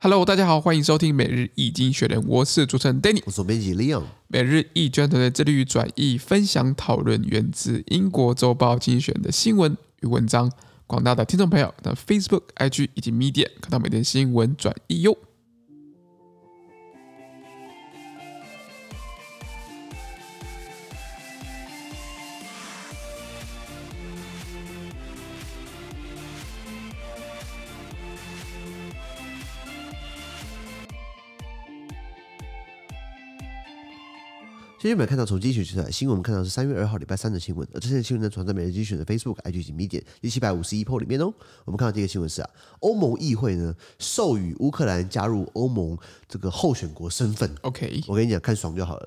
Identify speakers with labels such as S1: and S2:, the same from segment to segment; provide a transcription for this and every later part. S1: Hello，大家好，欢迎收听每日易经学人，我是主持人 Danny。
S2: 我是编辑 Leon，
S1: 每日易经团队致力于转译、分享、讨论源自英国周报精选的新闻与文章。广大的听众朋友，在 Facebook、IG 以及 Media 看到每天新闻转译哟。
S2: 今天我们看到从精选取材的新闻，我们看到是三月二号礼拜三的新闻，呃而这些新闻呢，传在每日精选的 Facebook、IG 及 Medium 第七百五十一 PO 里面哦。我们看到第一个新闻是啊，欧盟议会呢授予乌克兰加入欧盟这个候选国身份。
S1: OK
S2: 我跟你讲，看爽就好了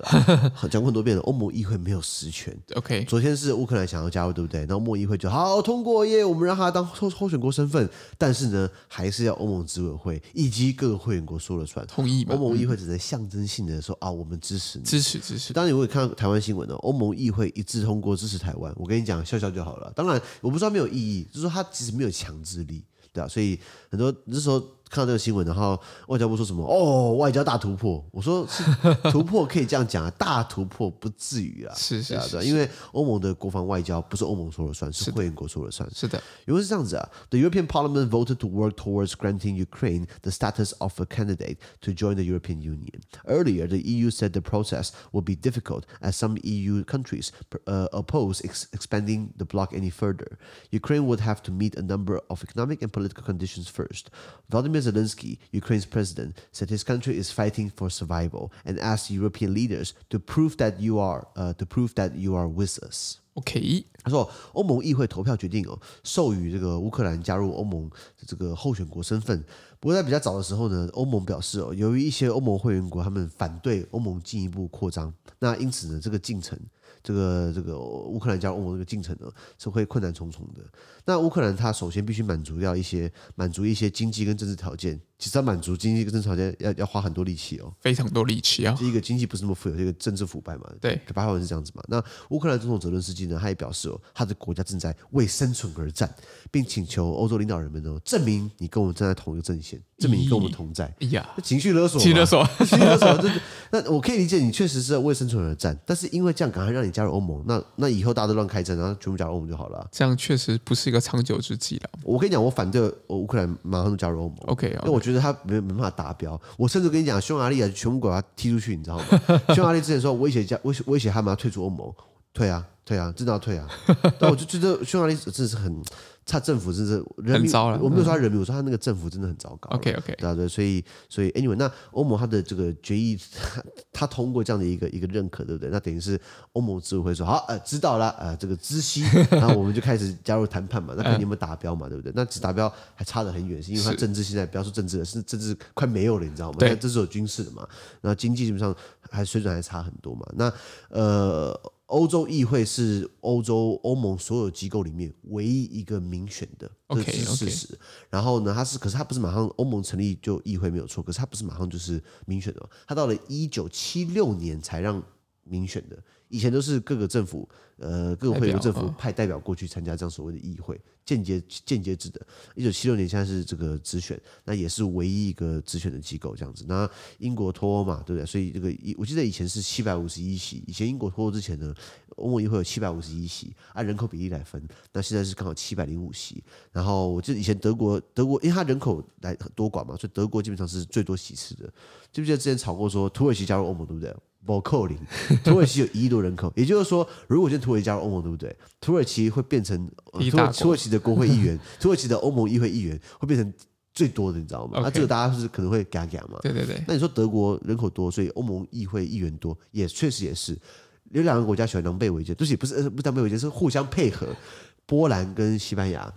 S2: 啦。好讲过很多遍了，欧盟议会没有实权。
S1: OK，
S2: 昨天是乌克兰想要加入，对不对？然后莫议会就好通过耶，我们让他当候候选国身份，但是呢，还是要欧盟执委会以及各个会员国说了算。
S1: 同意吗嗯
S2: 欧？盟议会只能象征性的说啊，我们支持你。
S1: 支持支持。
S2: 当然，我也看到台湾新闻哦，欧盟议会一致通过支持台湾。我跟你讲，笑笑就好了。当然，我不知道没有意义，就是说它其实没有强制力，对啊。所以很多那时候看到这个新闻，然后外交部说什么哦，外交大突破，我说是突破可以这样讲啊，大突破不至于啦，
S1: 是是
S2: 对啊
S1: 是
S2: 对啊，因为欧盟的国防外交不是欧盟说了算，是会员国说了算。
S1: 是的，
S2: 因为是这样子啊，The European Parliament voted to work towards granting Ukraine the status of a candidate to join the European Union. Earlier, the EU said the process would be difficult as some EU countries uh, oppose ex- expanding the bloc any further. Ukraine would have to meet a number of economic and political conditions first. Vladimir Zelensky, Ukraine's president, said his country is fighting for survival and asked European leaders to prove that you are uh, to prove that you are with us.
S1: OK，
S2: 他说，欧盟议会投票决定哦，授予这个乌克兰加入欧盟的这个候选国身份。不过在比较早的时候呢，欧盟表示哦，由于一些欧盟会员国他们反对欧盟进一步扩张，那因此呢，这个进程，这个这个乌克兰加入欧盟这个进程呢，是会困难重重的。那乌克兰它首先必须满足掉一些满足一些经济跟政治条件，其实要满足经济跟政治条件要要花很多力气哦。
S1: 非常多力气啊。
S2: 第一个经济不是那么富有，这个政治腐败嘛，
S1: 对，
S2: 白话文是这样子嘛。那乌克兰总统泽伦斯基呢，他也表示哦，他的国家正在为生存而战，并请求欧洲领导人们哦，证明你跟我们站在同一个阵线，证明你跟我们同在。
S1: 哎呀，
S2: 情绪勒索嘛，
S1: 情绪勒索
S2: 情绪勒索，这那我可以理解你确实是为生存而战，但是因为这样赶快让你加入欧盟，那那以后大家都乱开战，然后全部加入欧盟就好了啊。
S1: 这样确实不是一个长久之计了。
S2: 我跟你讲，我反对呃乌克兰马上就加入欧盟。
S1: OK
S2: 因为
S1: 啊，
S2: 我觉得他没没办法达标。我甚至跟你讲，匈牙利啊，全部给他踢出去，你知道吗？匈牙利之前说威胁加威胁威胁他们要退出欧盟，退啊退啊，真的要退啊。但我就觉得匈牙利真的是很，他政府真的是人民
S1: 很糟了嗯
S2: 我没有说他人民，我说他那个政府真的很糟糕了。
S1: OK OK，
S2: 对啊，对，所以所以 anyway，那欧盟它的这个决议，它它通过这样的一个一个认可，对不对？那等于是欧盟执委会说好，呃，知道了，呃，这个知 悉，然后我们就开始加入谈判嘛，那看你有没有达标嘛，对不对？那只达标还差得很远，是因为它
S1: 嗯是
S2: 政治现在不要说政治了，是政治快没有了，你知道吗？
S1: 对
S2: 那这是有军事的嘛，然后经济基本上还水准还差很多嘛。那呃。欧洲议会是欧洲欧盟所有机构里面唯一一个民选的，这
S1: OK，
S2: 是
S1: OK
S2: 事实。然后呢，他是，可是他不是马上欧盟成立就议会没有错，可是他不是马上就是民选的嘛，他到了一九七六年才让民选的，以前都是各个政府，呃，各个会
S1: 代表
S2: 国政府
S1: 嗯
S2: 派代表过去参加这样所谓的议会，间接间接制的。一九七六年现在是这个直选，那也是唯一一个直选的机构这样子。那英国脱欧嘛，对不对？所以这个一我记得以前是七百五十一席，以前英国脱欧之前呢，欧盟议会有七百五十一席，按人口比例来分，那现在是刚好七百零五席。然后我记得以前德国，德国因为它人口来很多寡嘛，所以德国基本上是最多席次的。记不记得之前吵过说土耳其加入欧盟，对不对？不扣零， 土耳其有一亿多人口，也就是说，如果今天土耳其加入欧盟，对不对？土耳其会变成、呃
S1: 第一
S2: 土
S1: 大
S2: 耳
S1: 国
S2: 土耳其的国会议员， 土耳其的欧盟议会议员会变成最多的，你知道吗？那、
S1: OK
S2: 这个大家是可能会嘎嘎嘛？
S1: 对对对，
S2: 那你说德国人口多，所以欧盟议会议员多，也确实也是有两个国家喜欢狼狈为奸，就是也不是呃不是狼狈为奸，是互相配合。波兰跟西班牙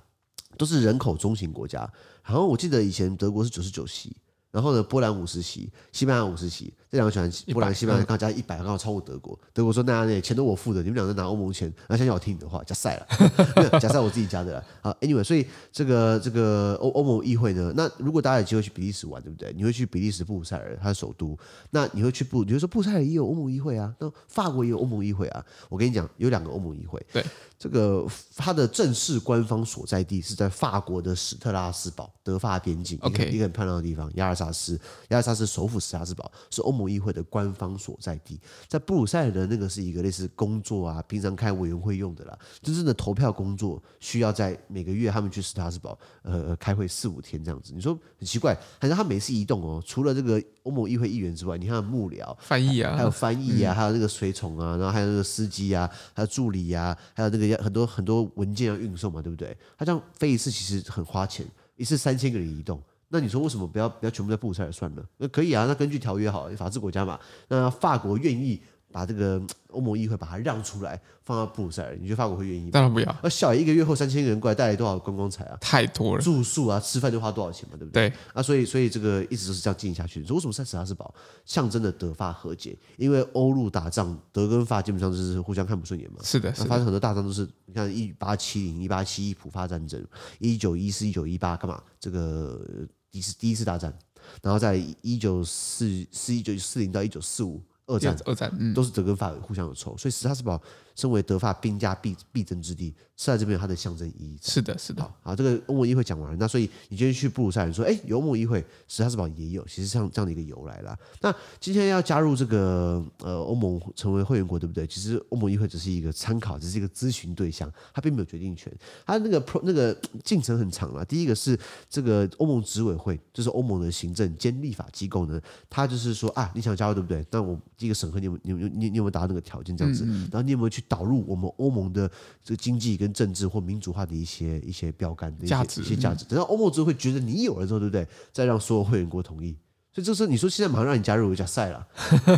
S2: 都是人口中型国家，然后我记得以前德国是九十九席，然后呢波兰五十席，西班牙五十席，这两个喜欢波兰、西班牙刚好加一百，刚好超过德国。德国说那那钱都我付的，你们两个拿欧盟钱，然后现在要我听你的话，加赛了， 没有加赛我自己加的了。好，anyway，所以这个这个欧欧盟议会呢，那如果大家有机会去比利时玩，对不对？你会去比利时布鲁塞尔，它的首都，那你会去布，你会说布鲁塞尔也有欧盟议会啊，那法国也有欧盟议会啊。我跟你讲，有两个欧盟议会，
S1: 对，
S2: 这个它的正式官方所在地是在法国的史特拉斯堡，德法边境一个
S1: OK
S2: 一个很漂亮的地方，雅尔萨萨斯，亚尔萨斯首府是萨斯堡，是欧盟议会的官方所在地。在布鲁塞尔呢，那个是一个类似工作啊，平常开委员会用的啦。真正的投票工作需要在每个月他们去斯塔斯堡呃开会四五天这样子。你说很奇怪，好像他每次移动哦，除了这个欧盟议会议员之外，你看幕僚。
S1: 翻译
S2: 还有
S1: 啊，
S2: 翻译啊，还有那个随从啊，然后还有那个司机啊，还有助理啊，还有那个要很多很多文件要运送嘛，对不对？他这样飞一次其实很花钱，一次三千个人移动。那你说为什么不要不要全部在布鲁塞尔算了？那可以啊，那根据条约好，法治国家嘛，那法国愿意把这个嗯欧盟议会把它让出来，放到布鲁塞尔，你觉得法国会愿意吗？
S1: 当然不要，
S2: 那小一个月后三千个人过来，带来多少观光财啊？
S1: 太多了。
S2: 住宿啊，吃饭就花多少钱嘛，对不对？
S1: 对，
S2: 啊，所以所以这个一直都是这样进行下去。你说为什么塞斯拉斯堡象征着德法和解？因为欧陆打仗，德跟法基本上就是互相看不顺眼嘛。
S1: 是的，是
S2: 那
S1: 的，
S2: 发生很多大战都是，你看一八七零、一八七一普法战争，一九一四、一九一八干嘛？这个呃第一次第一次大战，然后在一九四四、一九四零到一九四五二
S1: 第
S2: 战
S1: 二，二战，嗯，
S2: 都是德跟法互相有仇，所以斯拉斯堡身为德法兵家必必争之地，是在这边有它的象征意义在。
S1: 是的，是的，
S2: 好，好，这个欧盟议会讲完了，那所以你今天去布鲁塞尔说，哎，有欧盟议会，史塔斯堡也有，其实像这样的一个由来啦。那今天要加入这个呃欧盟成为会员国，对不对？其实欧盟议会只是一个参考，只是一个咨询对象，它并没有决定权。它那个 pro 那个进程很长啊了，第一个是这个欧盟执委会，就是欧盟的行政兼立法机构呢，它就是说啊，你想加入对不对？那我第一个审核你有没有你有你你有没有达到那个条件这样子，
S1: 嗯
S2: 然后你有没有去导入我们欧盟的这个经济跟政治或民主化的一些一些标杆的一些
S1: 价值嗯
S2: 一些价值。等到欧盟之后会觉得你有了之后，对不对？再让所有会员国同意。所以这是你说现在马上让你加入加赛了，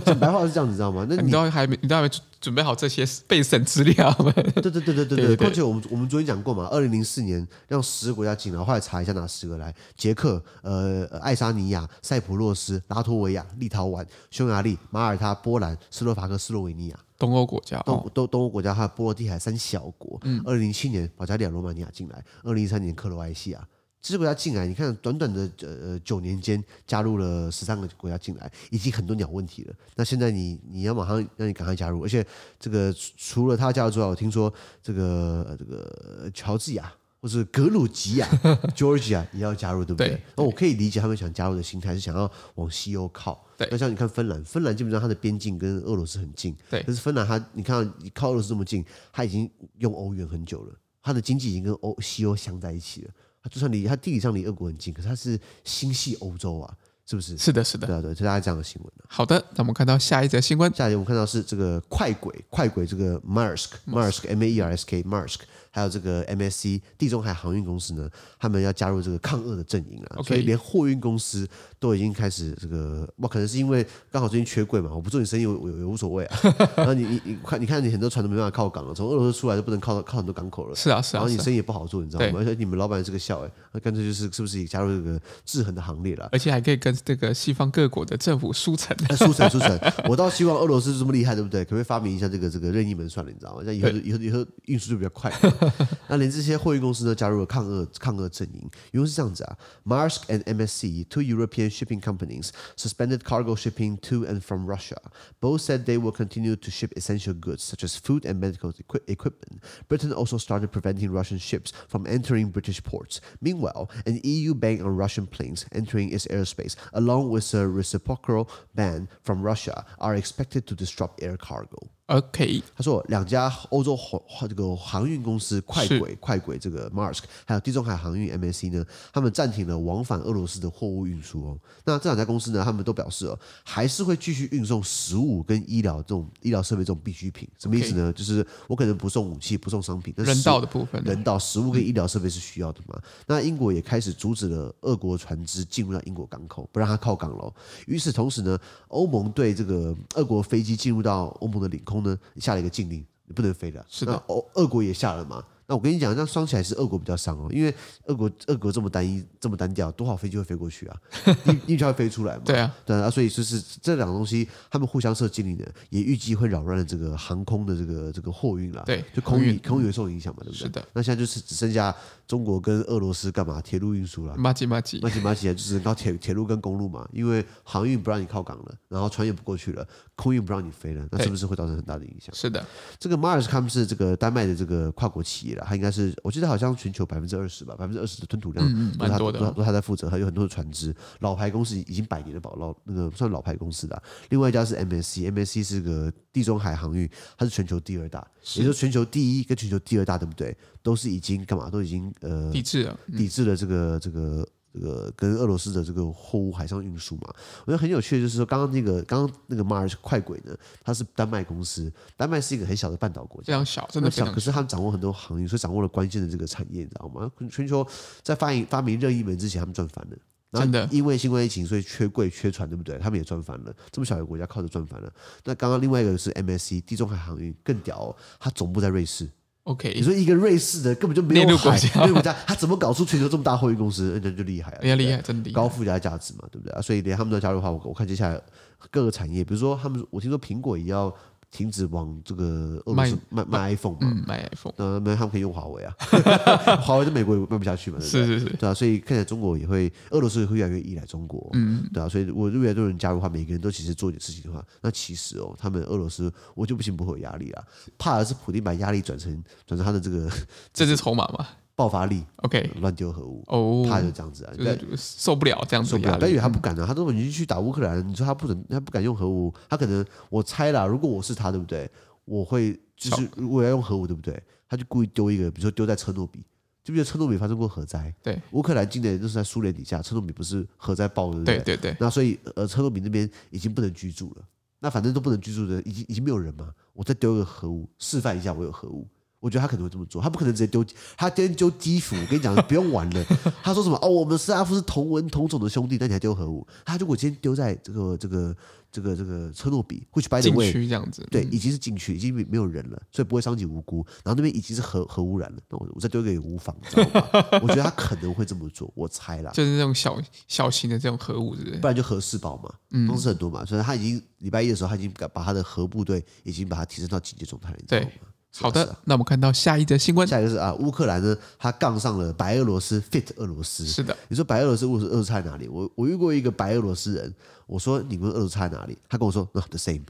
S2: 讲白话是这样子，你知道吗？那
S1: 你
S2: 你
S1: 都还没，你都还没准备好这些备审资料吗？
S2: 对对对对
S1: 对
S2: 对对，
S1: 对
S2: 况且我们我们昨天讲过嘛，二零零四年让十个国家进来，后来查一下哪十个来：捷克、呃、呃爱沙尼亚、塞浦路斯、拉脱维亚、立陶宛、匈牙利、马耳他、波兰、斯洛伐克、斯洛维尼亚。
S1: 东欧国家哦，嗯
S2: 东东东欧国家还有波罗的海三小国。二零零七年保加利亚、罗马尼亚进来，二零一三年克罗埃西亚。这些国家进来，你看短短的呃呃九年间，加入了十三个国家进来，已经很多鸟问题了。那现在你你要马上让你赶快加入，而且这个除除了他加入之外，我听说这个呃这个呃乔治亚或是格鲁 吉亚、Georgia 也要加入，对不对
S1: 对？
S2: 那我可以理解他们想加入的心态是想要往西欧靠。
S1: 对
S2: 那像你看芬兰，芬兰基本上它的边境跟俄罗斯很近，
S1: 对
S2: 可是芬兰它你看到靠俄罗斯这么近，它已经用欧元很久了，它的经济已经跟欧西欧相在一起了。它就算离它地理上离俄国很近，可是它是心系欧洲啊，是不是？
S1: 是的，是的。
S2: 对啊，对，这是大家这样的新闻、啊。
S1: 好的，那我们看到下一则新闻，
S2: 下一个我们看到是这个快轨，快轨这个 Maersk Maersk M A E R S K Maersk，还有这个 M S C 地中海航运公司呢，他们要加入这个抗俄的阵营了，
S1: OK
S2: 所以连货运公司都已经开始这个，哇，可能是因为刚好最近缺柜嘛，我不做你生意我我也无所谓啊。然后你你你看你看你很多船都没办法靠港了，从俄罗斯出来都不能靠靠很多港口了，
S1: 是啊，是
S2: 然
S1: 啊
S2: 后，你
S1: 是啊
S2: 生意也不好做，你知道吗？
S1: 对
S2: 而且你们老板是个笑哎，那干脆就是是不是也加入这个制衡的行列了？
S1: 而且还可以跟这个西方各国的政府书城。
S2: 哎书城书城，我倒希望俄罗斯这么厉害，对不对？可不可以发明一下这个这个任意门算了，你知道吗？这样以后就以后以后运输就比较快。 那连这些货运公司呢，加入了抗俄抗俄阵营，因为是这样子啊，Maersk and MSC, two European shipping companies, suspended cargo shipping to and from Russia. Both said they will continue to ship essential goods such as food and medical equi- equipment. Britain also started preventing Russian ships from entering British ports. Meanwhile, an EU ban on Russian planes entering its airspace, along with a reciprocal ban from Russia, are expected to disrupt air cargo.
S1: OK，
S2: 他说，两家欧洲航这个航运公司快轨、快轨这个 Maersk，还有地中海航运 MSC 呢，他们暂停了往返俄罗斯的货物运输哦。那这两家公司呢，他们都表示哦，还是会继续运送食物跟医疗这种医疗设备这种必需品。什么意思呢就是我可能不送武器，不送商品，但是
S1: 人
S2: 食
S1: 道的部分，
S2: 人道食物跟医疗设备是需要的嘛。那英国也开始阻止了俄国船只进入到英国港口，不让它靠港喽。与此同时呢，欧盟对这个俄国飞机进入到欧盟的领空呢，下了一个禁令，你不能飞了。
S1: 是的
S2: 那欧俄国也下了嘛。那我跟你讲，那双起来是俄国比较伤哦，因为俄国俄国这么单一这么单调，多少飞机会飞过去 啊？你你就要飞出来嘛？
S1: 对啊，
S2: 对啊，所以就是这两个东西，他们互相设禁令的，也预计会扰乱了这个航空的这个这个货运啦。
S1: 对
S2: 就空
S1: 空
S2: 运
S1: 运
S2: 空运受影响嘛，对不对？
S1: 是的。
S2: 那现在就是只剩下中国跟俄罗斯干嘛？铁路运输啦。
S1: 马吉马吉
S2: 那起码起来就只能靠铁铁路跟公路嘛，因为航运不让你靠港了，然后船也不过去了，空运不让你飞了，那是不是会造成很大的影响？
S1: 是的，
S2: 这个马尔斯他们是这个丹麦的这个跨国企业，了，它应该是我记得好像全球百分之二十吧，百分之二十的吞吐量
S1: 嗯，嗯
S2: 都
S1: 蛮
S2: 是他
S1: 多的
S2: 都
S1: 啊，
S2: 都他在负责，还有很多的船只，老牌公司已经百年的保老那个算老牌公司的啊、另外一家是 MSC，MSC 是个地中海航运，它是全球第二大，也就是全球第一跟全球第二大，对不对？都是已经干嘛？都已经呃
S1: 抵制了，嗯
S2: 抵制了这个这个这个跟俄罗斯的这个货物海上运输嘛。我觉得很有趣的就是说，刚刚那个刚刚那个 Mars 快轨呢，它是丹麦公司，丹麦是一个很小的半岛国家
S1: 非。常小，真
S2: 那
S1: 的非
S2: 小，
S1: 常
S2: 可是他们掌握很多行业，所以掌握了关键的这个产业，你知道吗？啊全球在发明发明任意门之前，他们赚翻了。然
S1: 真的
S2: 后因为新冠疫情，所以缺柜缺船，对不对？他们也赚翻了。这么小的国家靠着赚翻了。那刚刚另外一个是 MSC 地中海航运，更屌、哦，它总部在瑞士。你
S1: OK，
S2: 说一个瑞士的根本就没有
S1: 内陆
S2: 海
S1: 国家
S2: 内陆国家，他怎么搞出全球这么大货运公司？那就厉害了，啊
S1: 人家哎厉
S2: 对
S1: 害，真的厉
S2: 高
S1: 害，
S2: 附加价值嘛，对不对啊？所以连他们都加入的话，我我看接下来各个产业，比如说他们，我听说苹果也要停止往这个俄罗斯卖卖 iPhone 嘛，
S1: 嗯，买 iPhone，
S2: 那那他们可以用华为啊， 华为在美国也卖不下去嘛，对不对
S1: 是是是，
S2: 对啊，所以看起来中国也会，俄罗斯也会越来越依赖中国，
S1: 嗯，
S2: 对啊，所以如果越来越多人加入的话，每个人都其实做一点事情的话，那其实哦，他们俄罗斯我就不信不会有压力啦，怕的是普丁把压力转成转成他的这个
S1: 这是筹码嘛
S2: 爆发力，
S1: ，OK，
S2: 乱丢核武，
S1: 哦，
S2: 怕就这样子啊，
S1: 就
S2: 对。
S1: 是受不了这样子
S2: 受
S1: 的
S2: 不
S1: 压
S2: 了，但因
S1: 力
S2: 为，他不敢啊，他都已经去打乌克兰了，你说他不准，他不敢用核武，他可能我猜啦，如果我是他，对不对？我会就是如果要用核武，对不对？他就故意丢一个，比如说丢在车诺比，记不记得车诺比发生过核灾？
S1: 对，
S2: 乌克兰境内都是在苏联底下，车诺比不是核灾爆的，对不
S1: 对
S2: 对？
S1: 对对，
S2: 那所以呃，车诺比那边已经不能居住了，那反正都不能居住的，已经已经没有人嘛，我再丢一个核武示范一下，我有核武。我觉得他可能会这么做，他不可能直接丢，他今天丢基辅，我跟你讲，不用玩了。 他说什么？哦，我们斯拉夫是同文同种的兄弟，那你还丢核武？他如果今天丢在这个这个这个这个车诺比，会去白 y
S1: 禁
S2: the way，
S1: 区这样子，
S2: 对，已经是禁区，已经没没有人了，所以不会伤及无辜。然后那边已经是核核污染了，那我我再丢一个也无妨，你知道吗？我觉得他可能会这么做，我猜啦。
S1: 就是那种小小型的这种核武，是不是？
S2: 啊不然就核试爆嘛，
S1: 嗯
S2: 方式很多嘛，所以他已经礼拜一的时候，他已经把他的核部队已经把它提升到警戒状态了，你知道
S1: 对
S2: 吗？是啊
S1: 好，
S2: 是啊
S1: 的，那我们看到下一则新闻，
S2: 下一个是啊，乌克兰呢，他杠上了白俄罗斯 fit 俄罗斯，
S1: 是的，
S2: 你说白俄罗斯，俄罗斯俄罗斯在哪里？我我遇过一个白俄罗斯人，我说你们俄罗斯在哪里？他跟我说 not the same，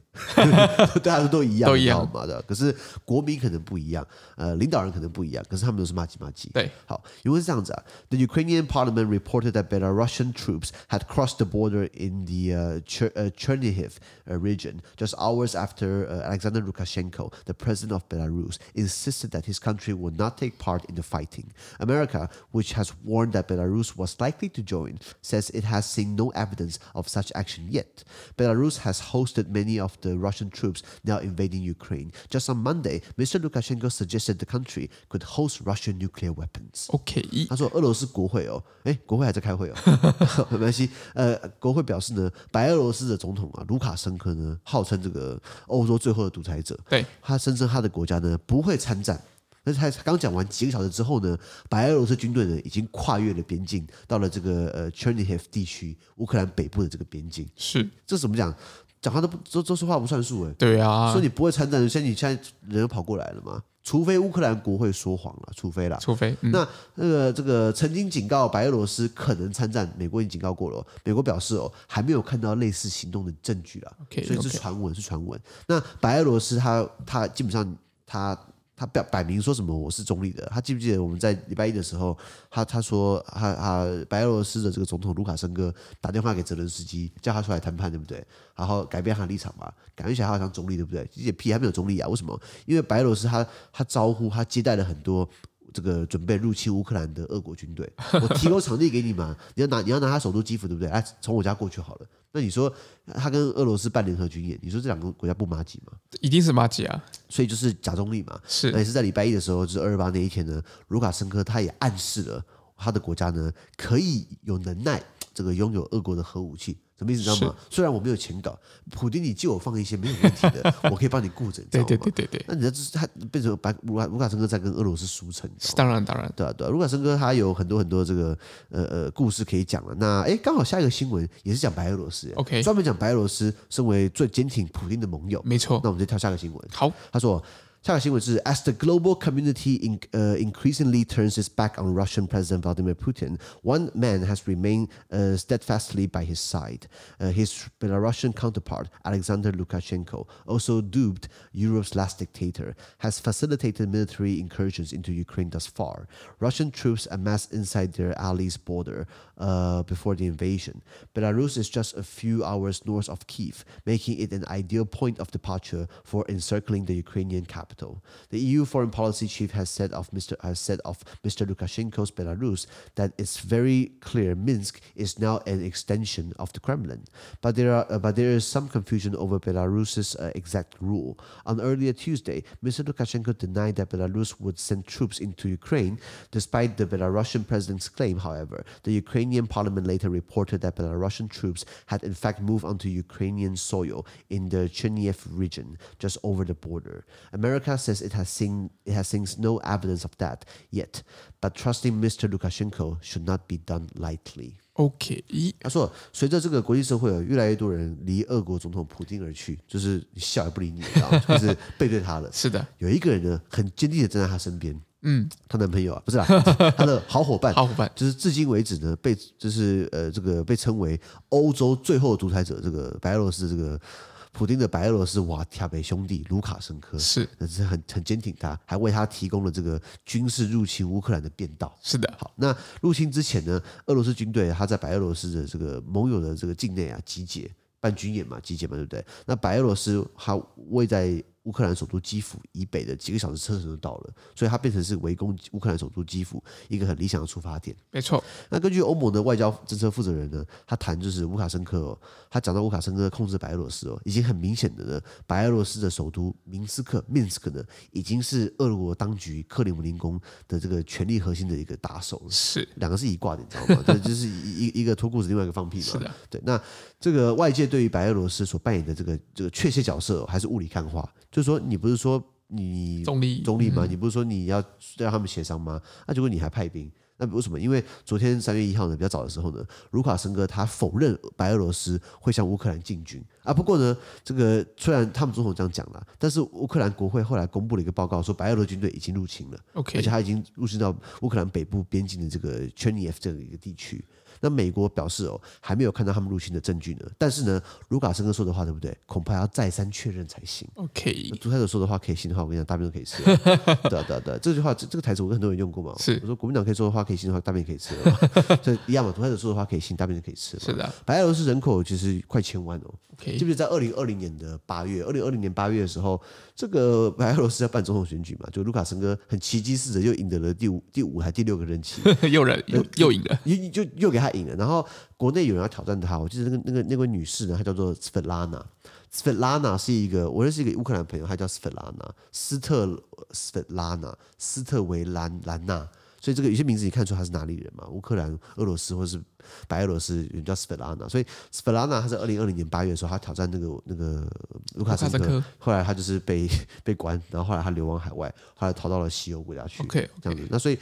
S2: 对啊，都一样，
S1: 都一样
S2: 你知道吗？对吧可是国民可能不一样，呃，领导人可能不一样，可是他们都是骂鸡骂鸡。
S1: 对，
S2: 好，因为是这样子啊，The Ukrainian Parliament reported that Belarusian troops had crossed the border in the uh, Cher- uh, Chernihiv uh, region just hours after uh, Alexander Lukashenko, the president of Belarus, insisted that his country would not take part in the fighting. America, which has warned that Belarus was likely to join, says it has seen no evidence of such action yet. Belarus has hosted many of the Russian troops now invading Ukraine. Just on Monday, Mr. Lukashenko suggested the country could host Russian nuclear weapons.
S1: OK，
S2: 他说俄罗斯国会哦，哎，国会还在开会哦， 没关系。呃，国会表示呢，白俄罗斯的总统啊，卢卡申科呢，号称这个欧洲最后的独裁者，
S1: 对，
S2: 他声称他的国家呢不会参战。但是他刚讲完几个小时之后呢，白俄罗斯军队呢已经跨越了边境，到了这个呃 Chernihiv 地区，乌克兰北部的这个边境。
S1: 是，
S2: 这怎么讲？讲话都不都都说话不算数哎、
S1: 对啊
S2: 说，你不会参战，现在你现在人又跑过来了嘛？除非乌克兰国会说谎了，除非啦。
S1: 除非嗯，
S2: 那那个这个曾经警告白俄罗斯可能参战，美国已经警告过了哦、美国表示哦，还没有看到类似行动的证据啦
S1: OK，
S2: 所以是
S1: OK
S2: 传闻，是传闻。那白俄罗斯他他基本上他他表摆明说什么我是中立的，他记不记得我们在礼拜一的时候，他他说他他白俄罗斯的这个总统卢卡申科打电话给泽连斯基，叫他出来谈判，对不对？然后改变他的立场嘛，改变起来他好像中立，对不对？其实也屁，还没有中立啊，为什么？因为白俄罗斯他他招呼他接待了很多。这个准备入侵乌克兰的俄国军队，我提供场地给你嘛，你要拿你要拿他首都基辅，对不对？哎，从我家过去好了。那你说他跟俄罗斯办联合军演，你说这两个国家不麻吉吗？
S1: 一定是马吉啊，
S2: 所以就是假中立嘛。
S1: 是
S2: 那也是在礼拜一的时候，就是二二八那一天呢，卢卡申科他也暗示了他的国家呢可以有能耐这个拥有俄国的核武器。什么意思？你知道吗？虽然我没有钱搞，普丁你借我放一些没有问题的，我可以帮你顾着，你知道
S1: 对
S2: 吗？
S1: 对对对对，
S2: 那你知道这是他变成把卢卡卢卡申科在跟俄罗斯输成，你知道吗
S1: 是当然当然，
S2: 对啊，对啊，卢卡申科他有很多很多这个呃呃故事可以讲了。那哎，刚好下一个新闻也是讲白俄罗斯
S1: OK
S2: 专门讲白俄罗斯身为最坚挺普丁的盟友。
S1: 没错，
S2: 那我们就跳下个新闻。
S1: 好，
S2: 他说。下个新闻是：As the global community in, 呃 increasingly turns its back on Russian President Vladimir Putin, one man has remained 呃 steadfastly by his side. 呃 his Belarusian counterpart Alexander Lukashenko, also dubbed Europe's last dictator, has facilitated military incursions into Ukraine thus far. Russian troops amassed inside their allies' border uh, before the invasion. Belarus is just a few hours north of Kiev, making it an ideal point of departure for encircling the Ukrainian capital. The EU foreign policy chief has said of Mr. Has said of Mr. Lukashenko's Belarus that it's very clear Minsk is now an extension of the Kremlin. But there are uh, but there is some confusion over Belarus's uh, exact rule. On earlier Tuesday, Mr. Lukashenko denied that Belarus would send troops into Ukraine, despite the Belarusian president's claim. However, the Ukrainian parliament later reported that Belarusian troops had in fact moved onto Ukrainian soil in the Chernihiv region, just over the border. America says it has seen it has seen no evidence of that yet, but trusting Mr. Lukashenko should not be done lightly.
S1: OK，咦，
S2: 他说，随着这个国际社会有越来越多人离俄国总统普京而去，就是笑也不理你，你知道吗就是背对他了。
S1: 是的，
S2: 有一个人呢，很坚定的站在他身边，嗯，她男朋友啊， 不是啦，她的好伙伴，
S1: 好伙伴
S2: 就是至今为止呢，被就是呃这个被称为欧洲最后独裁者，这个白俄罗斯这个普丁的白俄罗斯瓦提亚北兄弟卢卡申科，
S1: 是
S2: 那是很很坚挺他，还为他提供了这个军事入侵乌克兰的便道。
S1: 是的，
S2: 好，那入侵之前呢，俄罗斯军队他在白俄罗斯的这个盟友的这个境内啊集结办军演嘛，集结嘛，对不对？那白俄罗斯它位在乌克兰首都基辅以北的几个小时车程就到了，所以它变成是围攻乌克兰首都基辅一个很理想的出发点。
S1: 没错，
S2: 那根据欧盟的外交政策负责人呢，他谈就是乌卡申科哦，他讲到乌卡申科控制白俄罗斯哦，已经很明显的呢，白俄罗斯的首都明斯克 （Minsk） 呢，已经是俄国当局克里姆林宫的这个权力核心的一个打手了。
S1: 是
S2: 两个是一挂的，你知道 吗？对，就是一一一个脱裤子，另外一个放屁嘛。
S1: 是的，
S2: 对。那这个外界对于白俄罗斯所扮演的这个这个确切角色哦、还是雾里看花，就是说你不是说你
S1: 中立，
S2: 嗯中立吗？你不是说你要让他们协商吗？那、结果你还派兵，那为什么？因为昨天三月一号呢，比较早的时候呢，卢卡申科他否认白俄罗斯会向乌克兰进军啊。不过呢，这个虽然他们总统这样讲了，但是乌克兰国会后来公布了一个报告，说白俄罗斯军队已经入侵了。而
S1: OK，
S2: 且他已经入侵到乌克兰北部边境的这个 Chernihiv 这个一个地区。那美国表示哦，还没有看到他们入侵的证据呢。但是呢，卢卡申科说的话对不对？恐怕要再三确认才行。
S1: OK，
S2: 那独裁者说的话可以信的话，我跟你讲，大便都可以吃 了。对啊对啊对啊，这句话这这个台词我跟很多人用过嘛。
S1: 是
S2: 我说国民党可以说的话可以信的话，大便可以吃 了。这一样嘛，独裁者说的话可以信，大便就可以吃
S1: 是
S2: 了。
S1: 的
S2: 白俄罗斯人口其实快千万哦，
S1: ，OK，
S2: 记不记得在二零二零年的八月，二零二零年八月的时候，这个白俄罗斯在办总统选举嘛，就卢卡申科很奇迹似的又赢得了第五、第五还第六个任期，
S1: 又人又又赢了
S2: 又又就又给他赢了。然后国内有人要挑战他，我记得那个那个那位女士呢，她叫做斯菲拉娜。斯菲拉娜是一个我认识一个乌克兰朋友，她叫斯菲拉娜，斯特斯菲拉娜，斯特维兰兰娜。所以这个有些名字你看出他是哪里人嘛？乌克兰、俄罗斯或是白俄罗斯，有人叫斯菲拉娜。所以斯菲拉娜她在二零二零年八月的时候，她挑战那个那个卢卡申
S1: 卢卡申
S2: 科，后来她就是被 被关，然后后来她流亡海外，后来逃到了西欧国家去。
S1: ，OK，
S2: 这样子。那所以，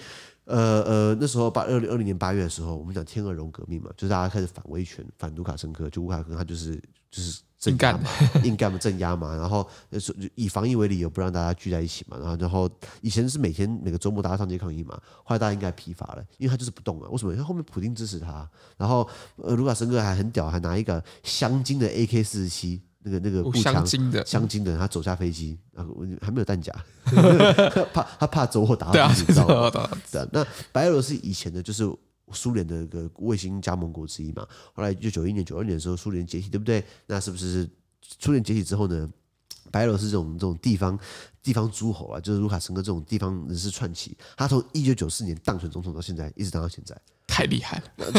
S2: 呃呃，那时候八二零二零年八月的时候，我们讲天鹅绒革命嘛，就是大家开始反威权、反卢卡申科，就卢卡申科他就是就是镇压嘛，硬干嘛镇压嘛，然后呃说就以防疫为理由不让大家聚在一起嘛，然后然后以前是每天每个周末大家上街抗议嘛，后来大家应该疲乏了，因为他就是不动啊，为什么？因为后面普丁支持他，然后呃卢卡申科还很屌，还拿一个镶金的 AK 四十七。那个那个
S1: 有
S2: 步
S1: 香
S2: 枪，
S1: 精的，
S2: 香精的人，他走下飞机，啊，我还 没有弹夹，怕他怕走火打
S1: 对啊，
S2: 火， 你
S1: 是
S2: 知道吗？
S1: 的，
S2: 对啊，那白俄罗斯以前呢，就是苏联的一个卫星加盟国之一嘛。后来就九一年、九二年的时候，苏联解体，对不对？那是不是苏联解体之后呢？白俄罗斯这种这种地方地方诸侯啊，就是卢卡申科这种地方人士串起，他从一九九四年当选总统到现在，一直当到现在，
S1: 太厉害了，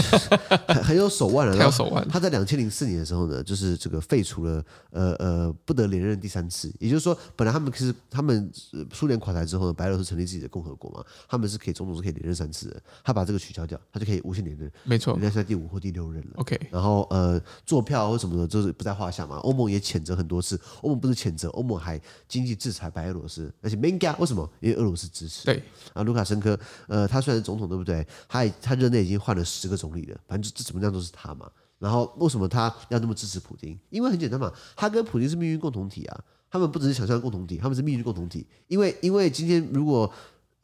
S2: 很很有手 腕了、啊
S1: 太
S2: 然
S1: 有
S2: 后
S1: 手腕了，
S2: 他在两千零四年的时候呢，就是这个废除了呃呃不得连任第三次，也就是说，本来他们是他们呃苏联垮台之后呢，白俄罗斯成立自己的共和国嘛，他们是可以总统是可以连任三次的，他把这个取消掉，他就可以无限连任，
S1: 没错
S2: 连任现在第五或第六任了。
S1: ，OK，
S2: 然后呃，坐票或什么的，就是不在话下嘛。欧盟也谴责很多次，欧盟不是谴责，欧盟还经济制裁白俄罗斯，而且 m e n g a 为什么？因为俄罗斯支持。
S1: 对，
S2: 啊，卢卡申科，呃，他虽然是总统对不对？他也他任内已经换了十个总理了，反正这怎么样都是他嘛。然后为什么他要那么支持普京？因为很简单嘛，他跟普京是命运共同体啊。他他们不只是想象共同体，他们是命运共同体。因为因为今天如果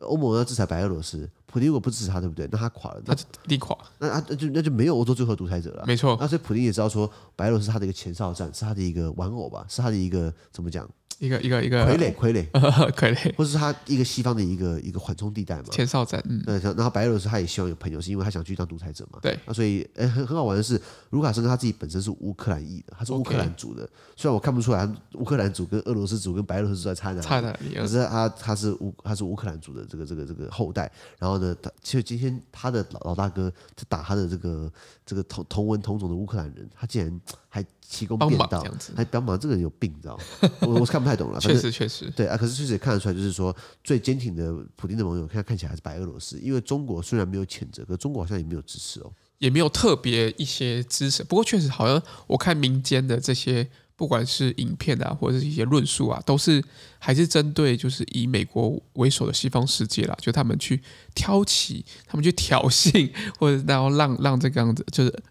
S2: 欧盟要制裁白俄罗斯，普京如果不支持他，对不对？那他垮了，
S1: 他
S2: 那
S1: 就一定垮。
S2: 那那那就那就没有欧洲最后的独裁者了。
S1: 没错，
S2: 那所以普京也知道说，白俄罗斯是他的一个前哨站，是他的一个玩偶吧，是他的一个怎么讲
S1: 一个一个一个
S2: 傀儡，傀 儡，
S1: 傀儡，
S2: 或是他一个西方的一个一个缓冲地带嘛。
S1: 前哨战，嗯，
S2: 那然后白俄罗斯他也希望有朋友，是因为他想去当独裁者嘛。
S1: 对
S2: 那所以，哎，很很好玩的是，卢卡申科他自己本身是乌克兰裔的，他是乌克
S1: OK
S2: 兰族的。虽然我看不出来他乌克兰族跟俄罗斯族跟白俄罗斯族在差哪里，
S1: 差点你
S2: 可啊是他他是乌他是乌克兰族的这个这个这个后代，然后呢，他其实今天他的老老大哥在打他的这个这个同同文同种的乌克兰人，他竟然还提供
S1: 帮
S2: 便
S1: 忙
S2: 当
S1: 这样子，
S2: 还帮忙，这个人有病，你知道吗？我我是看不 太懂了，反
S1: 确
S2: 正
S1: 实确实，
S2: 对啊，可是确实也看得出来，就是说最坚挺的普丁的盟友，看看起来还是白俄罗斯，因为中国虽然没有谴责，可中国好像也没有支持哦。
S1: 也没有特别一些支持。不过确实好像我看民间的这些，不管是影片啊，或者是一些论述啊，都是还是针对就是以美国为首的西方世界啦，就他们去挑起，他们去挑衅， 或者然后让让这个样子就是。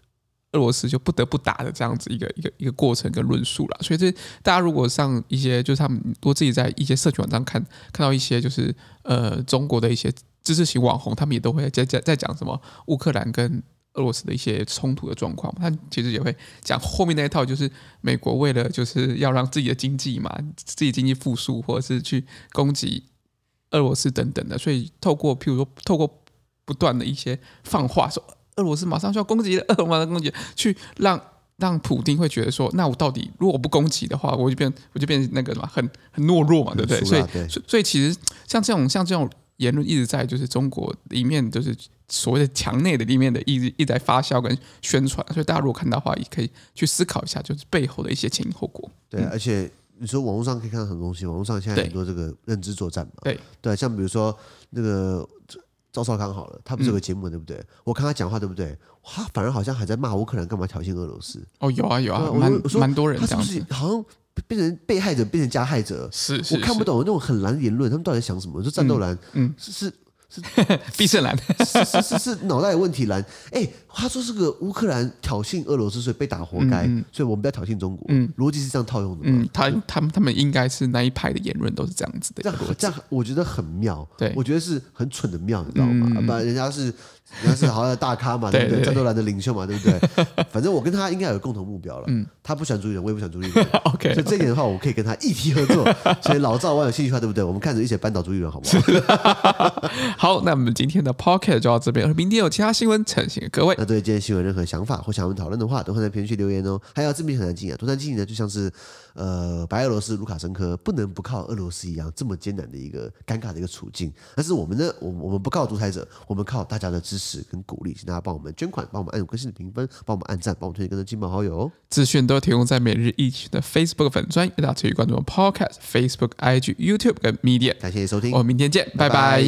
S1: 俄罗斯就不得不打的这样子一个一个一个过程跟论述啦。所以这大家如果上一些就是他们多自己在一些社群网站看看到一些就是呃中国的一些知识型网红，他们也都会在在在讲什么乌克兰跟俄罗斯的一些冲突的状况，他其实也会讲后面那一套，就是美国为了就是要呃让自己的经济嘛，自己经济复苏，或者是去攻击俄罗斯等等的，所以透过譬如说透过不断的一些放话，说俄罗斯马上就要攻击了，俄罗斯马上攻击了，去让让普丁会觉得说，那我到底如果我不攻击的话，我就变我就变那个嘛，很很懦弱啊嘛，对不对？
S2: 很俗
S1: 所以
S2: 辣对
S1: 所以所以其实像这种像这种言论一直在就是中国里面就是所谓的墙内的里面的一直一直在发酵跟宣传，所以大家如果看到的话，也可以去思考一下，就是背后的一些前因后果。
S2: 对，而且你说网络上可以看到很多东西，网络上现在
S1: 对
S2: 很多这个认知作战嘛。
S1: 对
S2: 对，啊像比如说那个赵少康好了，他不是
S1: 嗯
S2: 有个节目对不对？我看他讲话对不对？他反而好像还在骂乌克兰干嘛挑衅俄罗斯，
S1: 哦，有啊有
S2: 对
S1: 啊，
S2: 啊我
S1: 蛮
S2: 就我说
S1: 蛮多人
S2: 他
S1: 这
S2: 是
S1: 样
S2: 不
S1: 子
S2: 是，好像变成被害者变成加害者？
S1: 是是
S2: 我看不懂那种很蓝的言论，他们到底在想什么？说战斗蓝，
S1: 嗯
S2: 是是
S1: 是必胜蓝，
S2: 是是是是脑袋有问题蓝。哎、他说是个乌克兰挑衅俄罗斯，所以被打活该，所以我们不要挑衅中国。
S1: 嗯
S2: 逻辑是这样套用的嘛？
S1: 嗯，他他们他们应该是那一派的言论都是这样子的
S2: 这
S1: 一个逻
S2: 样
S1: 辑，
S2: 这样，我觉得很妙。
S1: 对
S2: 我觉得是很蠢的妙，你知道吗？
S1: 嗯
S2: 不然人家是人家是好像大咖 嘛，对不
S1: 对
S2: 对？
S1: 对
S2: 战斗蓝的领袖嘛，对不对？ 反正我跟他应该有共同目标了。他不喜欢朱立伦，我也不喜欢朱立 伦。
S1: 嗯 OK，
S2: 所以这一点的话，我可以跟他一起合作。所以老赵，我有兴趣的话，对不对？我们看着一起扳倒朱立伦，好不好？
S1: 好，那我们今天的 Pocket 就到这边，明天有其他新闻呈现给各位。
S2: 那对今天新闻有任何想法或想要我们讨论的话，都会在评论区留言哦。还有这边很难经营啊，独山经营呢，就像是呃白俄罗斯卢卡申科不能不靠俄罗斯一样，这么艰难的一个尴尬的一个处境。但是我们呢，我我们不靠独裁者，我们靠大家的支持跟鼓励，请大家帮我们捐款，帮我们按五颗星的评分，帮我们按赞，帮我们推荐更多亲朋好友哦。
S1: 资讯都提供在每日一群的 Facebook 粉专，也大家持续关注我们 Podcast、Facebook、IG、YouTube 跟 Media。
S2: 感谢你的收听，
S1: 哦我们明天见，拜拜